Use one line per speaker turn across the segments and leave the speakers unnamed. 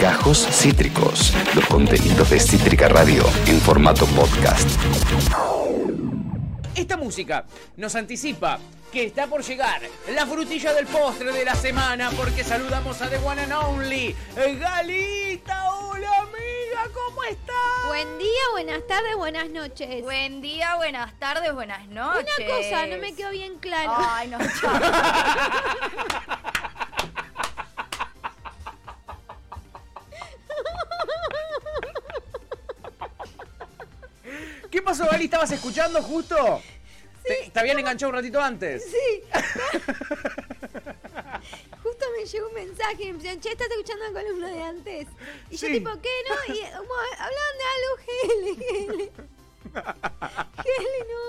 Gajos Cítricos, los contenidos de Cítrica Radio en formato podcast.
Esta música nos anticipa que está por llegar la frutilla del postre de la semana porque saludamos a The One and Only, eh, Galita, hola amiga, ¿cómo estás?
Buen día, buenas tardes, buenas noches.
Buen día, buenas tardes, buenas noches.
Una cosa, no me quedó bien claro.
Ay, no, chao.
¿Qué pasó, Gali? ¿Estabas escuchando justo? Te, te habían enganchado un ratito antes.
Sí. Justo me llegó un mensaje y me decían, che, estás escuchando la columna de antes. Y yo
Sí.
tipo, ¿qué no? Y eh, como, hablaban de algo, Gele, Gele. Gele, no.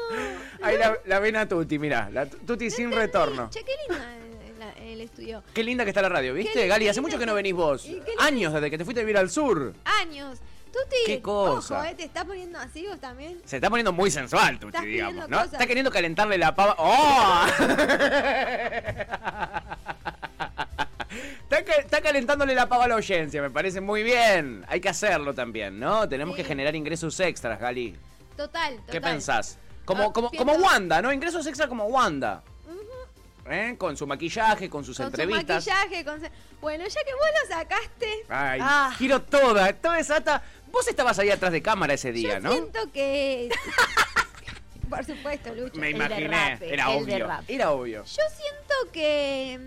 Ahí la, la ven a Tuti, mirá, la tu- Tuti sin
Entendí.
retorno.
Che, qué linda el- la- el estudio.
Qué linda que está la radio, ¿viste,
Qué
Gali? Hace
linda
mucho que
que-
no venís vos.
y qué linda-
Años desde que te fuiste a vivir al sur.
Años. Tuti,
Qué cosa.
ojo, eh, te estás poniendo así vos también.
Se está poniendo muy sensual, Tuti,
Estás
digamos,
pidiendo
¿no?
cosas.
Está queriendo calentarle la pava. ¡Oh! Está, ca- está calentándole la pava a la oyencia, me parece muy bien. Hay que hacerlo también, ¿no? Tenemos
Sí.
que generar ingresos extras, Gali.
Total, total.
¿Qué pensás? Como,
Ah,
como,
pienso-
como Wanda, ¿no? Ingresos extra como Wanda. ¿Eh? Con su maquillaje, con sus
Con su
entrevistas.
maquillaje, con... se- Bueno, ya que vos lo sacaste,
Ay,
Ah.
giro toda, toda desata. Vos estabas ahí atrás de cámara ese día,
yo
¿no?
siento que... Por supuesto, Lucho.
Me
El
imaginé,
derrape,
era
el
obvio.
derrape.
Era obvio.
Yo siento que.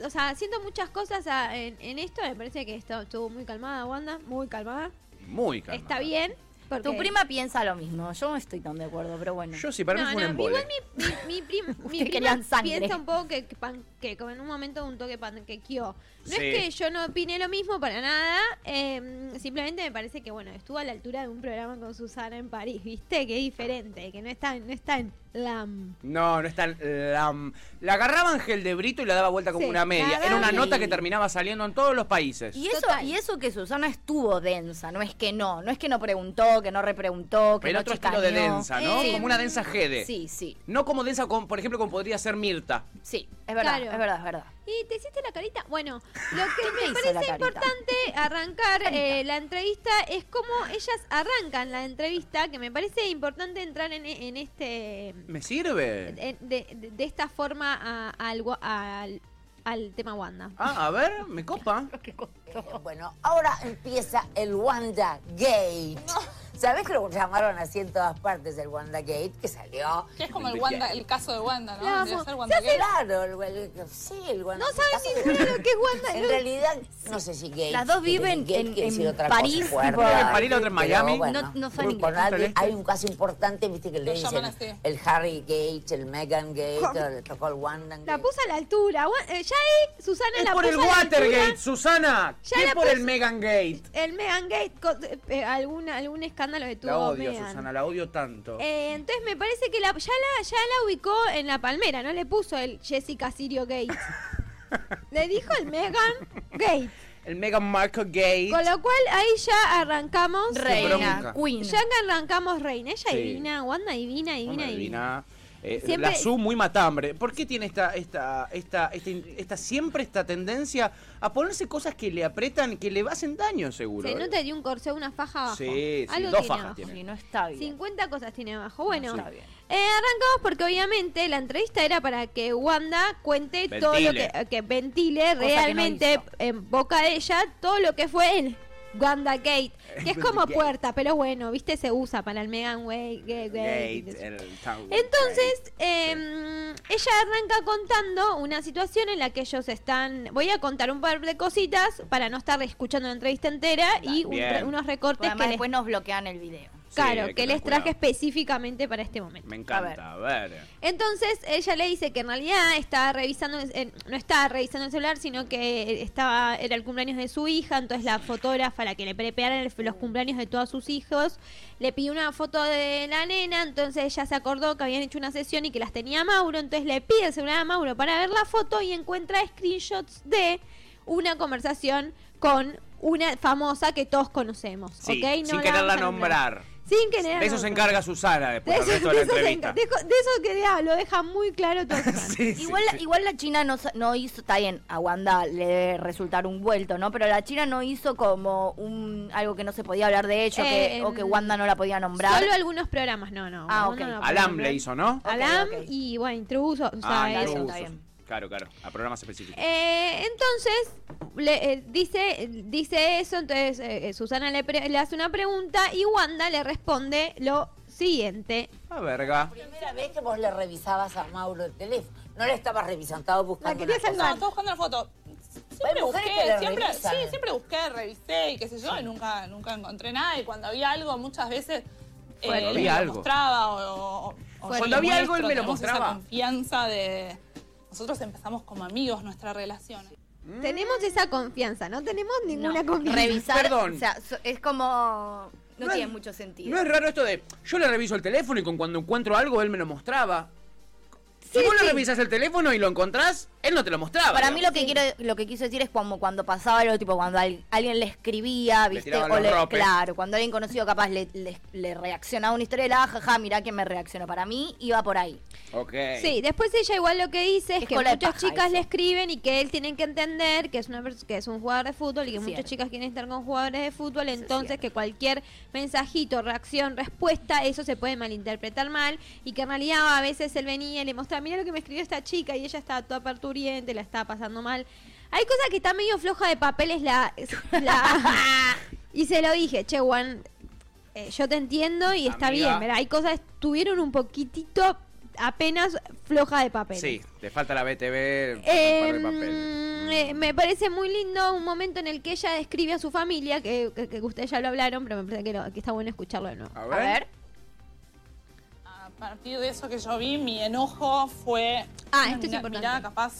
mm, O sea, siento muchas cosas a- en, en esto. Me parece que esto estuvo muy calmada, Wanda. Muy calmada.
Muy calmado.
Está bien. Porque...
Tu prima piensa lo mismo. Yo no estoy tan de acuerdo, pero bueno.
Yo sí, para mí
No,
fue un
no,
embole.
igual mi, mi- mi prim- mi
Ustedes
prima
querían sangre.
piensa un poco que, que panqueco, en un momento un toque panquequeó. No
Sí.
es que yo no opine lo mismo para nada, eh, simplemente me parece que, bueno, estuvo a la altura de un programa con Susana en París, ¿viste? Que es diferente, que no está, no está en LAM.
No, no es tan. La, mm, la agarraba Ángel de Brito y la daba vuelta como
Sí,
una media.
la
Era una
Gali.
nota que terminaba saliendo en todos los países.
Y eso,
Total.
y eso que Susana estuvo densa, no es que no, no es que no preguntó, que no repreguntó, que
Pero
no
otro estilo de
chicaneó.
densa, ¿no?
Eh,
Como una densa jede.
Sí, sí,
No como densa, con, por ejemplo, como podría ser Mirta.
sí, es verdad,
Claro.
es verdad, es verdad.
Y te hiciste la carita. Bueno, lo
me
que me
hizo la
parece
carita?
importante arrancar eh, la entrevista es cómo ellas arrancan la entrevista, que me parece importante entrar en, en este
¿Me sirve?
en- eh, de, de- de esta forma a- al, gua- al, al tema Wanda.
Ah, a ver, me copa.
Bueno, ahora empieza el Wanda Gate. ¿Sabés que lo llamaron así en todas partes el Wanda Gate? Que salió.
Que es como el, Wanda, el caso de Wanda, ¿no?
La
Vendría a
amo.
ser Wanda Gay.
Claro, el, el- sí, el Wanda
No
el
saben
caso
ninguna
de-
lo que es Wanda
En
Gate.
realidad, no sé si Gate.
Las dos
quiere
viven
decir
en-
quiere
en
decir otra
París,
cosa fuerte,
tipo, en
París, la otra en
pero
Muy
bueno,
No- no saben
con
inglés.
alguien-
Este.
hay un caso importante, viste, que le
Lo
dicen
llaman así.
el Harry Gate, el Meghan Gate, le tocó el Wanda
La
Gate.
puso a la altura. Gua- eh, Ya ahí Susana
Es
la
por
puso
el
a la altura.
Watergate, Susana.
Ya
¿Qué
la
por el
puse-
Megan Gate?
El Megan Gate, co- eh, algún, algún escándalo de tu
La odio, Susana, la odio tanto.
Eh, entonces me parece que la, ya, la, ya la ubicó en la palmera, no le puso el Jessica Sirio Gates. le dijo el Megan Gates.
El Megan Markle Gate.
Con lo cual ahí ya arrancamos.
bronca.
Reina,
eh,
Queen.
Ya que arrancamos reina. Ella
Sí.
divina, Wanda divina,
No
divina,
me
divina.
adivina. Eh,
Siempre-
La Su muy matambre. ¿Por qué tiene esta, esta, esta, esta, esta- siempre esta tendencia a ponerse cosas que le apretan, que le hacen daño, seguro?
Se
eh?
nota de un corsé, una faja abajo.
Sí, sí,
Algo
dos
tiene
fajas
abajo.
tiene.
Sí, no está bien.
50 cosas tiene abajo. Bueno,
Está bien.
eh, arrancamos porque obviamente la entrevista era para que Wanda cuente todo lo
Ventile.
que, que ventile
no
realmente
hizo.
en boca de ella todo lo que fue el Wanda Gate, que es como
Gate.
puerta, pero bueno, viste, se usa para el Megan Way. Gate,
Gate,
Gate.
el Town
Entonces,
Gate.
eh, ella arranca contando una situación en la que ellos están. Voy a contar un par de cositas para no estar escuchando la entrevista entera y un-
Bien.
unos
Porque
recortes
además
que les
después nos bloquean el video.
Sí, hay
Claro, que,
tener
les traje
cuidado.
específicamente para este momento.
Me encanta, a ver.
Entonces ella le dice que en realidad estaba revisando, el- eh, no estaba revisando el celular, sino que estaba era el cumpleaños de su hija, entonces la fotógrafa, la que le preparan el- los cumpleaños de todos sus hijos, le pidió una foto de la nena, entonces ella se acordó que habían hecho una sesión y que las tenía Mauro, entonces le pide el celular a Mauro para ver la foto y encuentra screenshots de una conversación con una famosa que todos conocemos.
Sí,
¿ok? No
sin
la
quererla
vamos a
nombrar.
Sin querer.
De eso se encarga Susana después del
de
resto de la
eso, de eso se
entrevista.
enca- dejo- de eso que deja- lo deja muy claro todo.
Sí, sí,
Igual,
sí.
igual la China no, sa- no hizo, está bien, a Wanda le debe resultar un vuelto, ¿no? Pero la China no hizo como un algo que no se podía hablar de ello que-
Eh,
o que Wanda no la podía nombrar.
Solo algunos programas, no, no.
Ah,
no,
ok.
no la puedo
Alam
nombrar.
le hizo, ¿no?
Ok,
Alam
ok.
y bueno, intruso. O sea,
Ah,
eso.
está bien,
intrusos.
está bien.
Claro, claro. A programas específicos.
Eh, entonces, le, eh, dice, dice eso, entonces eh, eh, Susana le, pre- le hace una pregunta y Wanda le responde lo siguiente.
Ah, verga.
Primera vez que vos le revisabas a Mauro el teléfono. No le estabas revisando, estabas buscando.
quería
una cosa.
salvar.
No, todos buscando la foto. Siempre
Hay mujeres que
busqué,
la
siempre,
revisan.
sí, siempre busqué, revisé y qué sé yo, y nunca, nunca encontré nada. Y cuando había algo, muchas veces eh,
Bueno,
él
había
me lo
algo.
mostraba o, o- o
Cuando
yo le
había algo,
muestro,
él me lo
tenemos esa
mostraba.
confianza de... Nosotros empezamos como amigos nuestra relación.
Mm.
Tenemos esa confianza, no tenemos ninguna
No,
confianza.
revisar,
Perdón.
o sea, so- es como no,
No
tiene
es-
mucho sentido.
No es raro esto de yo le reviso el teléfono y con cuando encuentro algo él me lo mostraba. si
Sí,
vos
sí.
le revisas el teléfono y lo encontrás, él no te lo mostraba.
Para mí lo que
Sí.
quiero, lo que quiso decir es como cuando pasaba algo, tipo cuando al- alguien le escribía, viste,
tiraban los ropes.
claro, cuando alguien conocido capaz le, le- le reaccionaba una historia de la "Ah, jaja, mirá que me reaccionó. Para mí iba por ahí.
Ok.
Sí, después ella igual lo que dice es,
Es
que
cola de
muchas
paja
chicas
eso.
le escriben y que él tienen que entender que es una pers- que es un jugador de fútbol y que muchas
Cierto.
chicas quieren estar con jugadores de fútbol, entonces
cierto.
que cualquier mensajito, reacción, respuesta, eso se puede malinterpretar mal y que en realidad a veces él venía y le mostraba, mira lo que me escribió esta chica y ella estaba toda parturiente, la estaba pasando mal. Hay cosas que está medio floja de papeles la, es- la- y se lo dije, che Juan, eh, yo te entiendo y está
Amiga.
bien, mirá, hay cosas estuvieron un poquitito apenas floja de papel.
Sí, te falta la BTV,
Eh,
Em,
un par de papeles.
eh, me parece muy lindo un momento en el que ella describe a su familia, que, que, que ustedes ya lo hablaron, pero me parece que, lo- que está bueno escucharlo de nuevo.
A
eh, A
ver.
ver.
A partir de eso que yo vi, mi enojo fue
Ah,
una
esto es
mira-
importante.
mirada capaz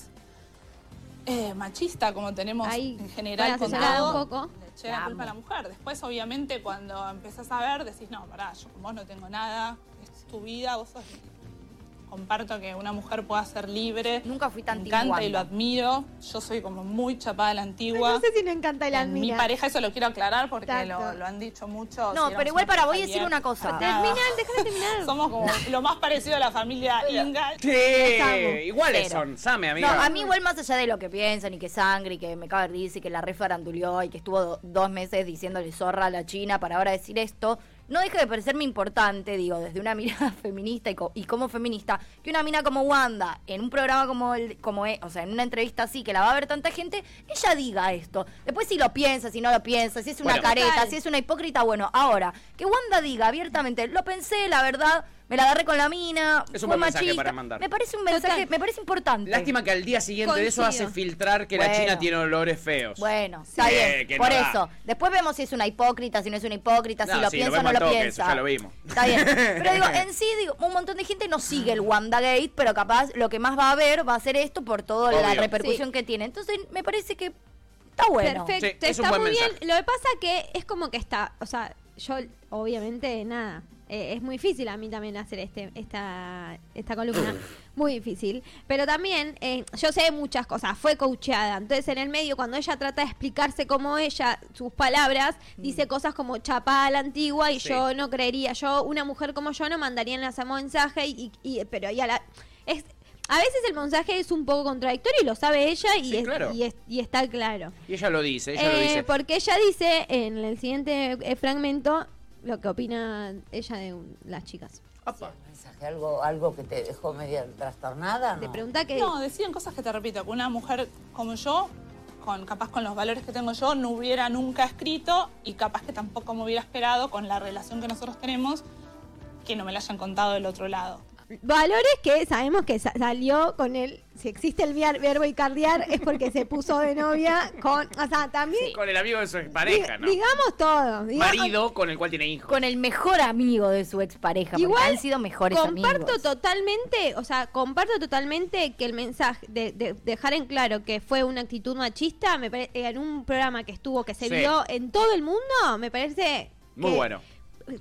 eh, machista, como tenemos
Ahí,
en general
bueno,
con
asesorada
todo.
un poco.
Le eché la culpa a la mujer. Después, obviamente, cuando empezás a ver, decís, no, pará, yo con vos no tengo nada, es tu vida, vos sos... Comparto que una mujer pueda ser libre.
Nunca fui tan
Me
team
encanta
Wanda.
y lo admiro. Yo soy como muy chapada a la antigua.
No sé si le encanta la
En Mi
admira.
pareja, eso lo quiero aclarar porque
Exacto.
lo, lo han dicho mucho.
No,
si éramos
pero igual
una
para voy a
pareja
decir
abierta.
una cosa.
Ah.
Termina, deja de terminar.
Somos como lo más parecido a la familia Inga.
Sí,
Estamos.
iguales
Cero.
son, Same,
No,
amiga.
a mí igual más allá de lo que piensan y que sangre y que me cabe risa y que la refarandulió y que estuvo do- dos meses diciéndole zorra a la China para ahora decir esto, no deja de parecerme importante, digo, desde una mirada feminista y, co- y como feminista, que una mina como Wanda, en un programa como el, como e- o sea, en una entrevista así que la va a ver tanta gente, ella diga esto. Después si lo piensa, si no lo piensa, si es una
Bueno.
careta,
Total.
si es una hipócrita, bueno, ahora, que Wanda diga abiertamente, lo pensé, la verdad, me la agarré con la mina,
Es un
fue
buen mensaje
machista.
para mandar.
Me parece un mensaje,
Total.
me parece importante.
Lástima que al día siguiente de eso
Coincido.
hace filtrar que la
Bueno.
China tiene olores feos.
Bueno,
Sí,
está bien.
que
Por
no da.
eso. Después vemos si es una hipócrita, si no es una hipócrita,
No,
si lo
sí, lo
piensa o
vemos
no
al
lo
toque,
piensa.
eso ya lo vimos.
Está bien. Pero digo, en sí, digo, un montón de gente no sigue el WandaGate, pero capaz lo que más va a ver va a ser esto por toda la
Obvio.
repercusión
Sí.
que tiene. Entonces, me parece que está bueno.
Perfecto,
Sí, es un
está
buen
muy
mensaje.
bien. Lo que pasa que es como que está, o sea, yo obviamente nada, eh, es muy difícil a mí también hacer este esta esta columna, muy difícil, pero también eh, yo sé muchas cosas, fue coacheada, entonces en el medio cuando ella trata de explicarse como ella sus palabras, dice cosas como chapada a la antigua y
Sí.
yo no creería, yo una mujer como yo no mandaría en ese mensaje y, y- pero ya la es a veces el mensaje es un poco contradictorio y lo sabe ella y,
Sí,
es-
claro.
y, es- y está claro.
Y ella lo dice, ella lo
Eh,
dice.
Porque ella dice en el siguiente eh, fragmento lo que opina ella de un- las chicas.
Opa.
mensaje, algo, algo que te dejó media trastornada,
Le
¿no?
pregunta que
No, decían cosas que te repito, que una mujer como yo, con capaz con los valores que tengo yo, no hubiera nunca escrito y capaz que tampoco me hubiera esperado con la relación que nosotros tenemos que no me la hayan contado del otro lado.
valores que sabemos que sa- salió con él. Si existe el viar- verbo icardiar es porque se puso de novia con, o sea, también
Con el amigo de su pareja,
di-
¿no?
digamos todo. digamos-
Marido con el cual tiene hijos.
Con el mejor amigo de su expareja, porque
Igual
han sido mejores
comparto
amigos.
totalmente, o sea, comparto totalmente que el mensaje de, de dejar en claro que fue una actitud machista, me pare- en un programa que estuvo, que se
Sí.
vio en todo el mundo, me parece
Muy
que
bueno.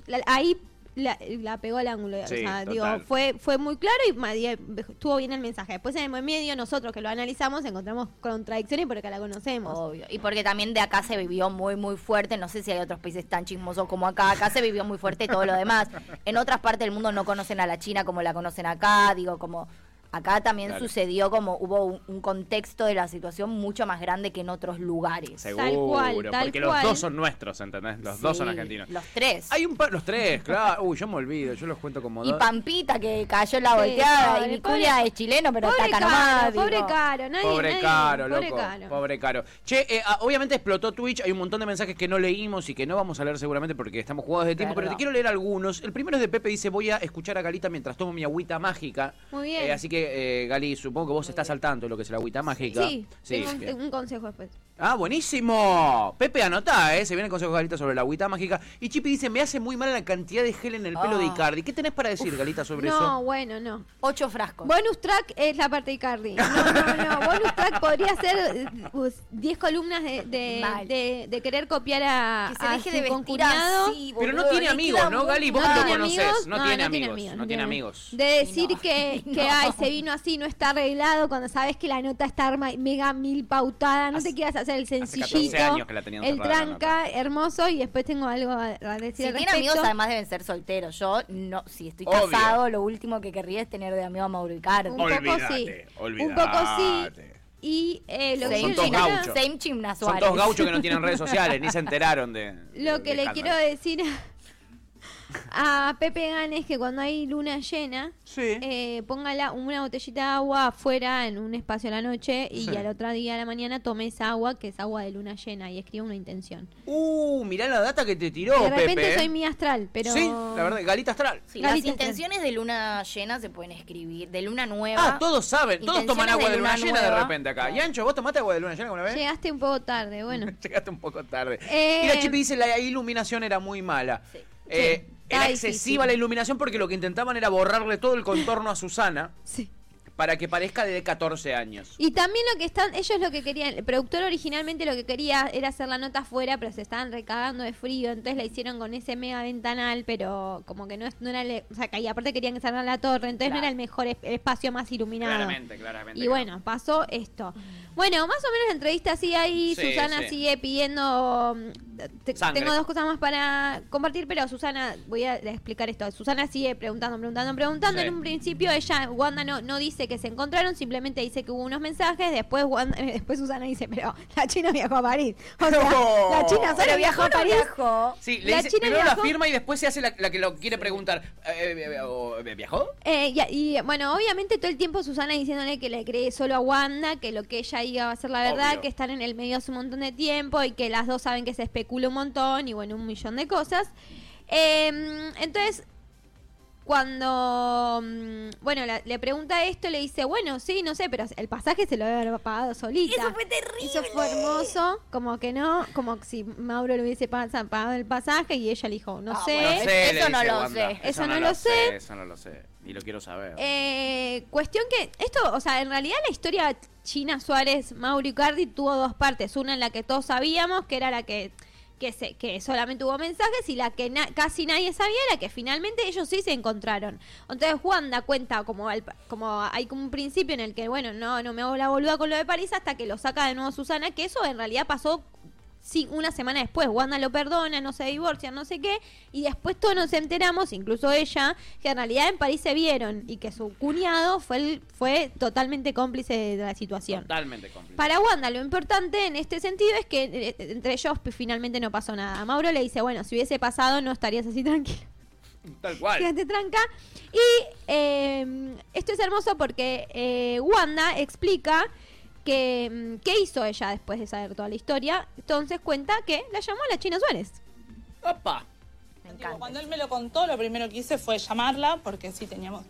la- ahí la, la pegó al ángulo. o
Sí,
sea, digo,
total.
fue, fue muy claro y, ma- y estuvo bien el mensaje. Después en el medio nosotros que lo analizamos encontramos contradicciones porque la conocemos.
Obvio. Y porque también de acá se vivió muy, muy fuerte. No sé si hay otros países tan chismosos como acá. Acá se vivió muy fuerte todo lo demás. En otras partes del mundo no conocen a la China como la conocen acá. Digo, como acá también
Claro.
sucedió como hubo un, un contexto de la situación mucho más grande que en otros lugares.
Seguro.
cual, tal
porque los
cual.
dos son nuestros, ¿entendés? Los dos son
Sí,
argentinos.
Los tres.
Hay un par, los tres, claro. Uy, yo me olvido, yo los cuento como
y
dos.
Pampita que cayó en la
Sí,
volteada.
pobre,
y Vicuña
pobre-
es chileno, pero está
pobre
acá
caro,
nomás.
pobre
digo.
caro, nadie,
Pobre
nadie-
caro,
pobre
loco.
Caro.
Pobre caro. Che, eh, ah, obviamente explotó Twitch. Hay un montón de mensajes que no leímos y que no vamos a leer seguramente porque estamos jugados de tiempo. Pero te
Verdad.
quiero leer algunos. El primero es de Pepe. Dice: Voy a escuchar a Galita mientras tomo mi agüita mágica.
Muy bien.
Eh, así que, eh, Gali, supongo que vos estás al tanto de lo que es la agüita mágica.
Sí, tengo un-
bien.
un consejo después.
Ah, buenísimo. Pepe, anotá, ¿eh? Se viene el consejo de Galita sobre la agüita mágica. Y Chipi dice, me hace muy mal la cantidad de gel en el pelo de Icardi. ¿Qué tenés para decir, Galita, sobre
Ah. no,
eso?
bueno, no.
Ocho frascos.
Bonus track es la parte de Cardi. No, no, no. Bonus track podría ser eh, pues, 10 columnas de, de,
Mal.
de- de querer copiar a,
que se
a
deje
su
de vestir
concuñado.
así,
Pero no
boludo,
tiene
le
amigos,
queda
¿no,
muy
Gali? Vos
mal.
no lo
No tiene
conocés.
amigos.
No, tiene
No, no tiene
amigos.
amigos,
No tiene
no tiene
amigos.
De decir
No.
que,
No.
que ay, se vino así, no está arreglado, cuando sabes que la nota está arma, mega mil pautada, no
Hace-
te quieras hacer el
14
sencillito,
años que la tenían
el
cerrada la
tranca, hermoso, y después tengo algo a, a decir
Si
al
tiene
respecto.
amigos, además deben ser solteros. Yo, no, si estoy
Obvio.
casado, lo último que querría es tener de amigo a Mauro Icardi.
un poco sí,
Olvídate,
un poco sí,
olvídate.
y eh, lo que
Son
quiero
Same
todos
decir
Chim-
acá-
gauchos.
Same Chimna
Son
Suárez.
todos gauchos que no tienen redes sociales, ni se enteraron de...
Lo que
del
le
escándalo.
quiero decir a, a Pepe Ganes es que cuando hay luna llena,
Sí.
eh, póngala una botellita de agua afuera en un espacio a la noche y
Sí.
al otro día a la mañana tome esa agua que es agua de luna llena y escriba una intención.
Uh, mirá la data que te tiró,
de repente
Pepe. ¿eh?
soy mi astral, pero...
Sí, la verdad, Galita Astral.
Sí,
Gali,
las
te-
intenciones de luna llena se pueden escribir. De luna nueva.
Ah, todos saben, todos toman
Intenciones
agua de luna, llena de
nueva.
repente acá. Y Ancho, ¿vos tomaste agua de luna llena alguna vez?
Llegaste un poco tarde, bueno.
Llegaste un poco tarde.
Eh,
Mira, Chipi dice, la iluminación era muy mala. Eh,
Sí,
era
está
excesiva
difícil.
la iluminación porque lo que intentaban era borrarle todo el contorno a Susana
Sí.
para que parezca de 14 años.
Y también lo que están, ellos lo que querían, el productor originalmente lo que quería era hacer la nota afuera, pero se estaban recagando de frío, entonces la hicieron con ese mega ventanal, pero como que no, es- no era, el- o sea, que- y aparte querían que cerrar la torre, entonces no era el mejor es- el espacio más iluminado.
Claramente, claramente.
Y bueno, pasó esto. Bueno, más o menos la entrevista sigue ahí.
Sí,
Susana
sí.
sigue pidiendo. mm, te-
Sangre.
tengo dos cosas más para compartir, pero Susana, voy a explicar esto. Susana sigue preguntando, preguntando, preguntando.
Sí.
En un principio, ella, Wanda, no, no dice que se encontraron, simplemente dice que hubo unos mensajes. Después, Wanda- eh, después Susana dice, pero la China viajó a París. O sea,
No.
la China solo
Pero
viajó a
no
París.
viajó.
Sí, le
la
dice,
China
primero la
viajó.
firma y después se hace la, la que lo quiere preguntar. Eh, eh, eh, o- eh, ¿Viajó?
Eh, y, y, bueno, obviamente todo el tiempo Susana diciéndole que le cree solo a Wanda, que lo que ella diga va a ser la verdad,
Obvio.
que están en el medio hace un montón de tiempo y que las dos saben que se especula un montón y bueno, un millón de cosas. Eh, entonces, cuando, mm, bueno, la- le pregunta esto, le dice, bueno, sí, no sé, pero el pasaje se lo debe haber pagado solita.
Eso fue terrible.
Eso fue hermoso, como que no, como si Mauro le hubiese pas- pagado el pasaje y ella le dijo, no
Ah,
sé.
bueno,
No
Eh,
sé, le
eso no
dice
lo
Wanda.
sé.
Eso no lo sé.
Eso no lo sé. Y lo quiero saber.
Eh, cuestión que esto, o sea, en realidad la historia China Suárez, Mauro Icardi tuvo dos partes, una en la que todos sabíamos, que era la que que, se, que solamente hubo mensajes y la que na- casi nadie sabía era que finalmente ellos sí se encontraron. Entonces Wanda cuenta como al- como hay como un principio en el que bueno, no no me hago la boluda con lo de París hasta que lo saca de nuevo Susana, que eso en realidad pasó Sí, una semana después, Wanda lo perdona, no se divorcian, no sé qué, y después todos nos enteramos, incluso ella, que en realidad en París se vieron y que su cuñado fue, el- fue totalmente cómplice de la situación.
Totalmente complicado.
Para Wanda, lo importante en este sentido es que eh, entre ellos pues, finalmente no pasó nada. Mauro le dice, bueno, si hubiese pasado no estarías así tranquilo.
Tal cual.
Quédate tranca. Y eh, esto es hermoso porque eh, Wanda explica que mm, qué hizo ella después de saber toda la historia. Entonces cuenta que la llamó a la China Suárez.
Opa.
Me
Tipo,
encanta.
cuando él me lo contó, lo primero que hice fue llamarla, porque sí teníamos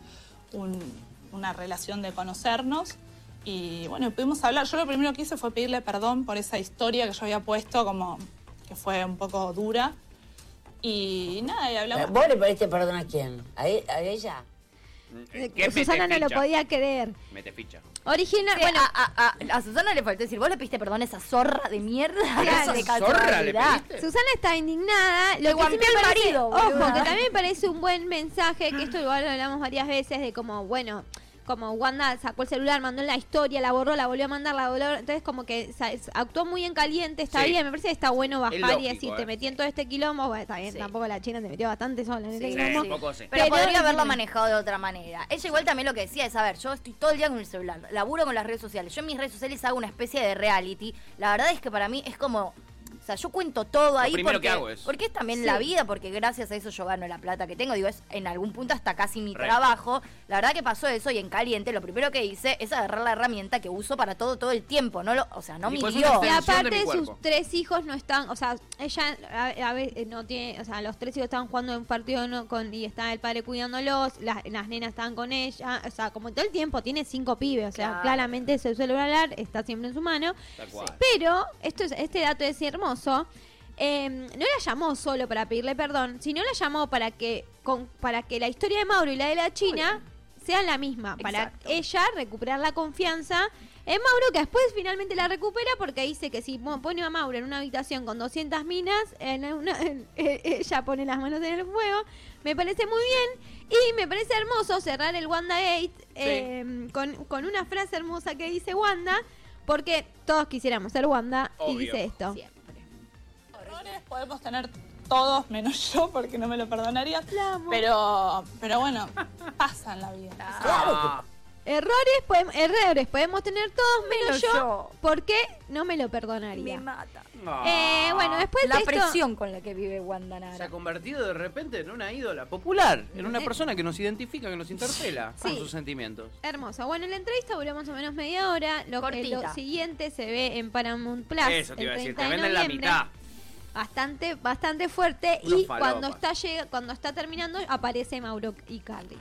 un- una relación de conocernos. Y bueno, pudimos hablar. Yo lo primero que hice fue pedirle perdón por esa historia que yo había puesto, como que fue un poco dura. Y nada, y hablamos.
Eh, ¿Vos le pediste perdón a quién? ¿A, e- a ella?
Eh, ¿Qué
Susana no
mete
lo
ficha?
podía creer.
Mete ficha.
Original, bueno,
a, a- a- a Susana le faltó decir, vos le pediste perdón a esa zorra de mierda.
Claro.
de
¿Zorra le
casualidad.
pediste?
Susana está indignada. Lo
Le
que sí me
guampeó el
parece-
marido, boluda.
ojo, que también me parece un buen mensaje, que esto igual lo hablamos varias veces, de como, bueno, como Wanda sacó el celular, mandó la historia, la borró, la volvió a mandar, la volvió a- Entonces, como que sa- actuó muy en caliente, está
Sí.
bien, me parece que está bueno bajar
Es
y
lógico,
decir,
eh.
te metí en todo este quilombo. Bueno, está bien,
Sí.
tampoco la China se metió bastante sola en este
Sí,
Sí,
quilombo.
un poco sí.
Pero,
Pero
podría
es
haberlo
difícil.
manejado de otra manera. Ella igual también lo que decía es, a ver, yo estoy todo el día con el celular, laburo con las redes sociales. Yo en mis redes sociales hago una especie de reality. La verdad es que para mí es como... O sea, yo cuento todo ahí
primero
porque,
que hago es-
porque es también
Sí.
la vida, porque gracias a eso yo gano la plata que tengo. Digo, es en algún punto hasta casi mi
Re.
trabajo. La verdad que pasó eso y en caliente lo primero que hice es agarrar la herramienta que uso para todo todo el tiempo. No lo, o sea, no
Y
me
pues
guió.
Y
una extensión de
aparte
mi
sus
cuerpo.
tres hijos no están, o sea, ella a, a veces no tiene, o sea, los tres hijos estaban jugando un partido no- con, y está el padre cuidándolos, las, las nenas estaban con ella, o sea, como todo el tiempo tiene cinco pibes, o sea,
Claro.
claramente su celular está siempre en su mano.
Tal cual.
Pero, esto es, este dato es hermoso. eh, no la llamó solo para pedirle perdón, sino la llamó para que, con, para que la historia de Mauro y la de la China sean la misma. Para
Exacto.
ella recuperar la confianza en Mauro, que después finalmente la recupera porque dice que si mo- pone a Mauro en una habitación con 200 minas, en una- en- eh, ella pone las manos en el fuego. Me parece muy bien y me parece hermoso cerrar el WandaGate eh, con, con una frase hermosa que dice Wanda, porque todos quisiéramos ser Wanda
Obvio.
y dice esto.
Errores podemos tener todos, menos yo, porque no me lo perdonaría.
La amo.
Pero, pero bueno, pasa en la vida.
Ah,
Errores, podem- errores podemos tener todos menos,
Menos
yo,
yo.
porque no me lo perdonaría.
Me mata.
Eh, bueno, después
la
de esto-
presión con la que vive Wanda
Se ha
Nara.
convertido de repente en una ídola popular, en una
Sí.
persona que nos identifica, que nos interpela con
Eh. Sí.
sus sentimientos.
Hermoso. Bueno, la entrevista duró más o menos media hora. Lo, que-
Cortita.
lo siguiente se ve en Paramount Plus.
Eso te iba a
el
decir,
30
te
de
venden la
noviembre.
mitad.
Bastante, bastante fuerte.
Unos
y cuando
falopas.
está, llega, cuando está terminando, aparece Mauro y Carly.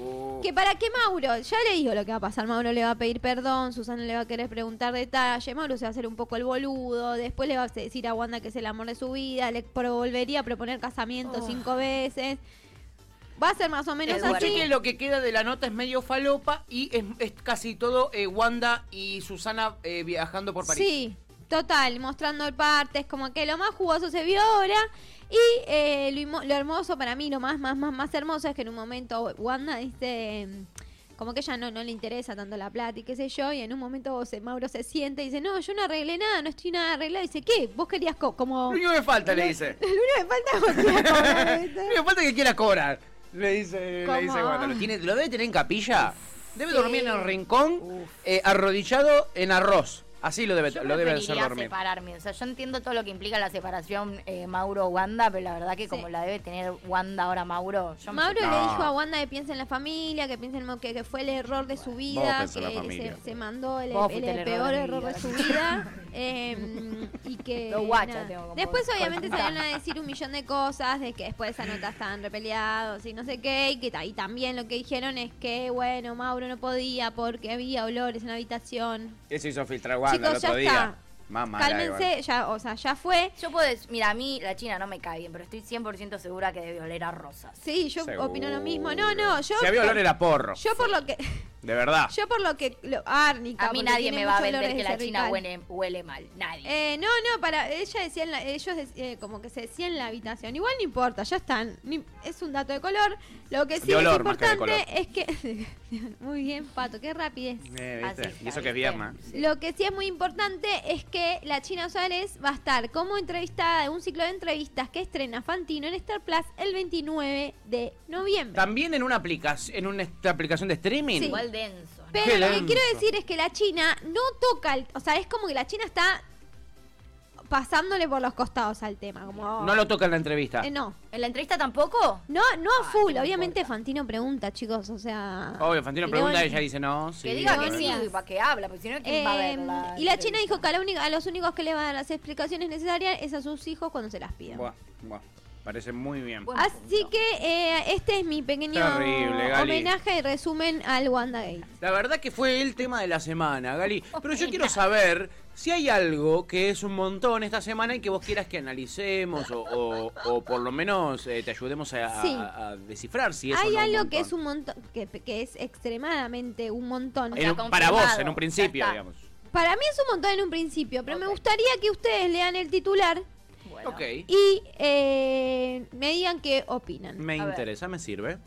Uh,
Que para qué Mauro, ya le digo lo que va a pasar, Mauro le va a pedir perdón, Susana le va a querer preguntar detalle, Mauro se va a hacer un poco el boludo, después le va a decir a Wanda que es el amor de su vida, le pro- volvería a proponer casamiento cinco veces. Va a ser más o menos
Eduardo.
Escuché
así.
Eh, que lo que queda de la nota es medio falopa y es, es casi todo eh, Wanda y Susana eh, viajando por París.
Sí, total, mostrando el partes, como que lo más jugoso se vio ahora. Y eh, lo, imo- lo hermoso para mí, lo más, más, más, más hermoso es que en un momento Wanda dice, mm, como que ella no, no le interesa tanto la plata y qué sé yo, y en un momento se- Mauro se siente y dice, no, yo no arreglé nada, no estoy nada arreglado. Y dice, ¿qué? ¿Vos querías co- como...
Lo único que falta, le dice.
Lo único que falta es vos querías cobrar,
Lo
¿viste?
único que falta es que quiera cobrar. Le dice,
¿Cómo?
le dice Wanda. ¿Lo, tiene- lo debe tener en capilla? Debe
Sí.
dormir en el rincón, eh, arrodillado en arroz. Así lo debe,
Yo
lo debe hacer
preferiría
dormir.
separarme. O sea, yo entiendo todo lo que implica la separación Mauro-Wanda, pero la verdad que como la debe tener Wanda ahora Mauro, yo me
Mauro
No.
le dijo a Wanda que piense en la familia, que piense en mo- que, que fue el error de su
vos
vida,
pensá en la
que
familia.
se, se mandó el,
Vos
el-
fuiste
el
el
peor error
error
de
de
su
mi
vida. eh, y que.
Lo guacha
nada.
tengo como
Después, obviamente,
cortada.
salieron a decir un millón de cosas, de que después de esa nota estaban repeleados y no sé qué, y que ta- y también lo que dijeron es que, bueno, Mauro no podía porque había olores en la habitación.
Eso hizo filtrar Wanda
Chicos, ya está.
Mamá,
Cálmense, ya, o sea, ya fue.
Yo puedo decir, mira, a mí la China no me cae bien, pero estoy 100% segura que debe oler a rosas.
Sí, yo opino lo mismo. No, no, yo.
Si había olor era porro.
Yo por lo que.
De verdad.
Yo por lo que... Lo, árnica,
A mí
porque
nadie
tiene
me va a
mucho olor
vender que
desde
la China
cervical.
huele, huele mal. Nadie.
Eh, no, no, para ella decía en la- ellos dec- eh, como que se decía en la habitación. Igual no importa, ya están. Ni- es un dato de color. Lo que sí
De
es
olor, más que de
importante es que muy bien, pato, qué rapidez.
Eh, ¿viste?
Así está,
Y eso que es
¿viste?
viernes.
Lo que sí es muy importante es que la China Suárez va a estar como entrevistada en un ciclo de entrevistas que estrena Fantino en Star Plus el 29 de noviembre.
También en una aplicación, en una esta aplicación de streaming.
Sí.
Igual denso. ¿no?
Pero lo que
lento.
quiero decir es que la China no toca, el- o sea, es como que la China está pasándole por los costados al tema, como
No lo toca en la entrevista.
Eh, no.
¿En la entrevista tampoco?
No, no a
Ah,
full,
no
obviamente
importa.
Fantino pregunta, chicos, o sea...
Obvio, Fantino
Tirón.
pregunta, ella dice no. sí,
que diga que
bueno.
sí,
Gracias.
para que habla, porque si no, ¿quién va a
Eh,
verla?
y la China dijo que a, la única- a los únicos que le va a dar las explicaciones necesarias es a sus hijos cuando se las pidan.
Buah, buah, parece muy bien.
Bueno.
Así que eh, este es mi pequeño
Terrible, Gali.
homenaje y resumen al WandaGate.
La verdad que fue el tema de la semana, Gali. Pero yo quiero saber si hay algo que es un montón esta semana y que vos quieras que analicemos o, o- o por lo menos eh, te ayudemos a, a-
Sí.
a descifrar si es o
Hay
no
algo que es
montón.
un montón, que, que es extremadamente un montón.
En
sea,
un- para vos,
confirmado.
en un
Ya
principio,
está.
digamos.
Para mí es un montón en un principio, pero me
Ok.
gustaría que ustedes lean el titular
Bueno.
ok.
y eh, me digan qué opinan.
Me
A ver.
interesa, me sirve.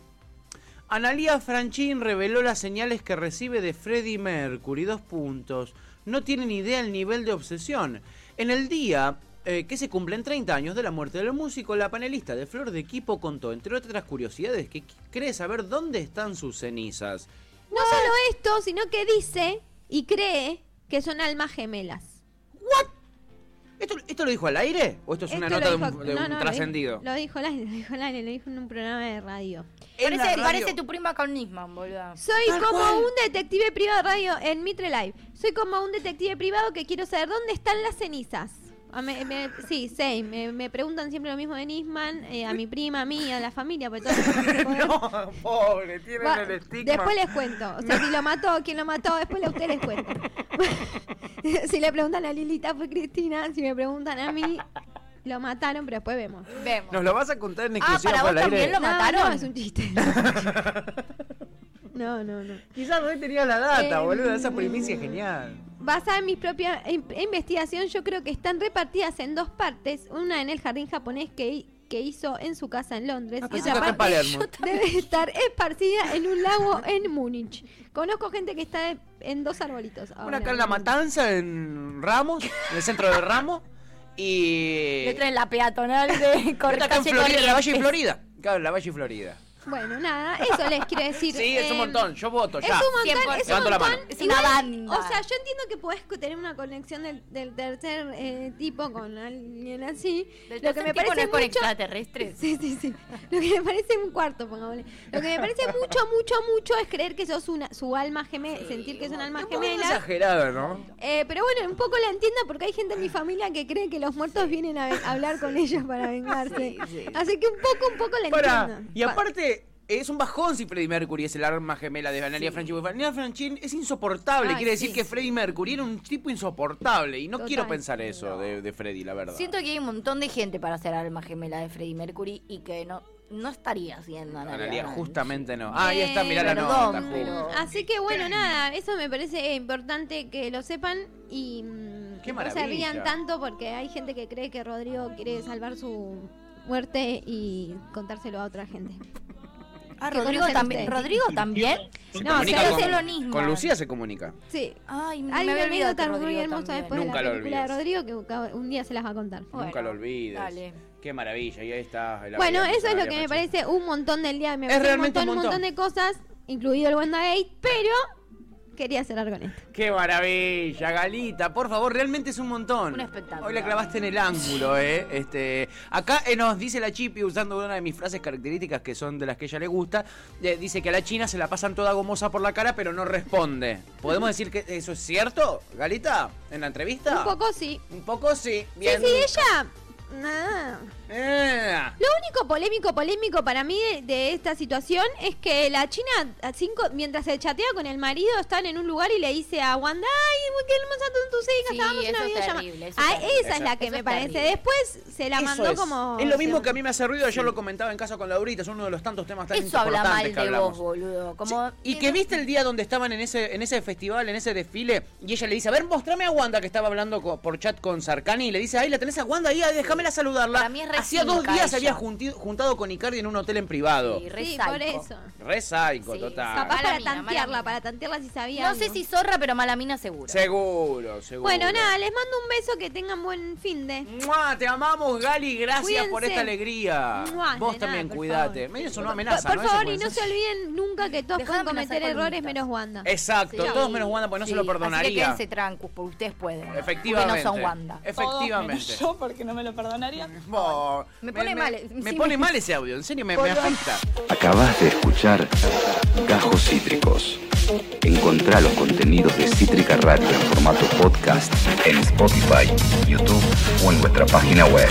Analia Franchín reveló las señales que recibe de Freddie Mercury. Dos puntos. No tienen idea el nivel de obsesión. En el día eh, que se cumplen 30 años de la muerte del músico, la panelista de Flor de Equipo contó, entre otras curiosidades, que qu- cree saber dónde están sus cenizas.
No solo esto, sino que dice y cree que son almas gemelas.
¿Esto, esto lo dijo al aire? ¿O esto es una
Esto
nota
lo
de un,
dijo-
de
no,
un
no, lo
trascendido?
dijo- Lo dijo Lani, lo dijo Lani, lo dijo en un programa de radio.
En la
Parece,
radio.
parece tu prima con Nisman, boludo.
Soy como un detective privado radio en Mitre Live. Soy como un detective privado que quiero saber dónde están las cenizas. A me- me- sí, same. Me, me preguntan siempre lo mismo de Nisman, eh, a mi prima, a mí, a la familia. pues, Porque todos-
No, pobre, tienen
Va,
el estigma.
después les cuento. O sea, si lo mató, quién lo mató, después a ustedes les cuento. si le preguntan a Lilita fue Cristina, si me preguntan a mí, lo mataron, pero después vemos.
Vemos.
¿Nos lo vas a contar en
Ah,
exclusiva
para
por
vos
el aire?
también ¿Lo
No,
mataron?
No, es un chiste. No, no, no.
Quizás no tenía la data,
Eh,
boludo. Esa primicia es genial.
Basada en mi propia in- investigación, yo creo que están repartidas en dos partes. Una en el jardín japonés que, hi- que hizo en su casa en Londres. y
Ah, pensé
otra
que
parte
en Palermo.
debe estar esparcida en un lago en Múnich. Conozco gente que está en dos arbolitos. ahora.
Una cara la matanza en Ramos, en el centro de Ramos. Y.
Le traen la peatonal de
eh, Está acá en
Corrientes.
Florida, en la Valle y Florida. Claro, en la Valle y Florida.
Bueno, nada, eso les quiero decir.
Sí, es un
Em,
montón. Yo voto,
Es
ya.
un montón,
100%.
es un
Levanto la
montón.
mano.
Es una banda.
O sea, yo entiendo que podés co- tener una conexión del, del tercer eh, tipo con alguien así.
Del
Lo que
tercer
me
tipo no
parece
es con
mucho.
extraterrestres.
Sí, sí, sí. Lo que me parece un cuarto, pongámosle. Lo que me parece mucho, mucho, mucho es creer que sos una, su alma gemela, sentir que son almas gemelas.
exagerado, ¿no?
Eh, pero bueno, un poco la entiendo porque hay gente en mi familia que cree que los muertos vienen a, ve- a hablar con ellos para vengarse. Así que un poco, un poco la
Para.
entiendo.
Y
Pa-
aparte. Es un bajón si Freddie Mercury es el arma gemela de Analia Franchi. Porque Analia Franchi es insoportable.
Ay,
Quiere decir
sí,
que
sí.
Freddie Mercury era un tipo insoportable. Y no
Total.
quiero pensar eso de, de Freddie, la verdad.
Siento que hay un montón de gente para hacer alma gemela de Freddie Mercury y que no, no estaría haciendo nada.
Analia, justamente no. Ah, ahí está, mirá la
perdón,
nota, justo.
pero-
Así que bueno, nada, eso me parece importante que lo sepan y mm,
¡Qué
no se
maravilla!
rían tanto porque hay gente que cree que Rodrigo quiere salvar su muerte y contárselo a otra gente.
Ah,
Que
Rodrigo
conocen
también.
ustedes.
Rodrigo también.
Se
No,
comunica
se
con,
hace
lo mismo.
con Lucía se comunica.
Sí.
Ay, me
Hay una
había olvidado que
anécdota muy
Rodrigo
hermosa
también.
después
Nunca
de
lo
la película de
olvides.
Rodrigo que busca- un día se las va a contar.
Nunca
Bueno,
lo olvides.
dale.
Qué maravilla, y ahí está. la
Bueno,
vida
eso es lo
María
que me
Pacheco.
parece un montón del día. Me
Es
parece un
realmente
montón,
un
un montón de cosas, incluido el Wanda Gate, pero quería cerrar con esto.
Qué maravilla, Galita. Por favor, realmente es un montón.
Un espectáculo.
Hoy la clavaste en el ángulo, ¿eh? Este, acá eh, nos dice la Chipi, usando una de mis frases características que son de las que ella le gusta, eh, dice que a la China se la pasan toda gomosa por la cara, pero no responde. ¿Podemos decir que eso es cierto, Galita? ¿En la entrevista?
Un poco sí.
Un poco sí. Bien.
Sí, sí, ella. Nah.
Eh.
Lo único polémico, polémico para mí de, de esta situación es que la China, a cinco, mientras se chatea con el marido, están en un lugar y le dice a Wanda, ay, qué hermosas son tus hijas,
Sí,
estábamos en una
eso es
videollamada.
terrible, eso es
Ah,
terrible.
esa es la que
Eso
me
es
parece.
terrible.
Después se la
Eso
mandó
es.
como...
Es lo mismo que a mí me hace ruido, yo lo comentaba en casa con Laurita, es uno de los tantos temas tan
Eso habla
importantes
mal
que
de vos,
hablamos.
boludo. Como,
Sí, Y que viste el día donde estaban en ese, en ese festival, en ese desfile, y ella le dice, a ver, mostrame a Wanda que estaba hablando co- por chat con Sarkani, y le dice, ay, la tenés a Wanda ahí, ay, déjamela saludarla.
Para mí es re
Hacía dos
cínica
días se había
ella.
junti- juntado con Icardi en un hotel en privado.
Sí, re
Sí,
psycho.
por eso.
Re sádico,
Sí,
total.
Capaz
Mala
para
mina, mala
tantearla,
mina.
para tantearla si sabía
No sé
algo.
si zorra, pero mala mina seguro.
Seguro, seguro.
Bueno, nada, les mando un beso, que tengan buen fin de...
¡Mua! Te amamos, Gali, gracias por
Cuídense.
esta alegría.
Mua, de
Vos
nada,
también
por
cuídate.
favor.
Medio eso no amenaza,
por
¿no? Eso
favor,
puede
y no
ser.
se olviden nunca que todos
Dejá de
pueden cometer
amenazar con
errores
multas.
menos Wanda.
Exacto,
Sí.
todos menos Wanda, porque no se
Sí,
lo
Así que
perdonaría.
quédense trancus, porque ustedes pueden. Porque
Efectivamente.
no son Wanda.
Todos
Efectivamente.
menos yo, porque no me lo perdonaría.
Bo,
Me pone mal,
Me
sí,
pone
me-
mal ese audio, en serio, me, me afecta.
Acabas de escuchar Gajos Cítricos. Encontrá los contenidos de Cítrica Radio en formato podcast en Spotify, YouTube o en nuestra página web.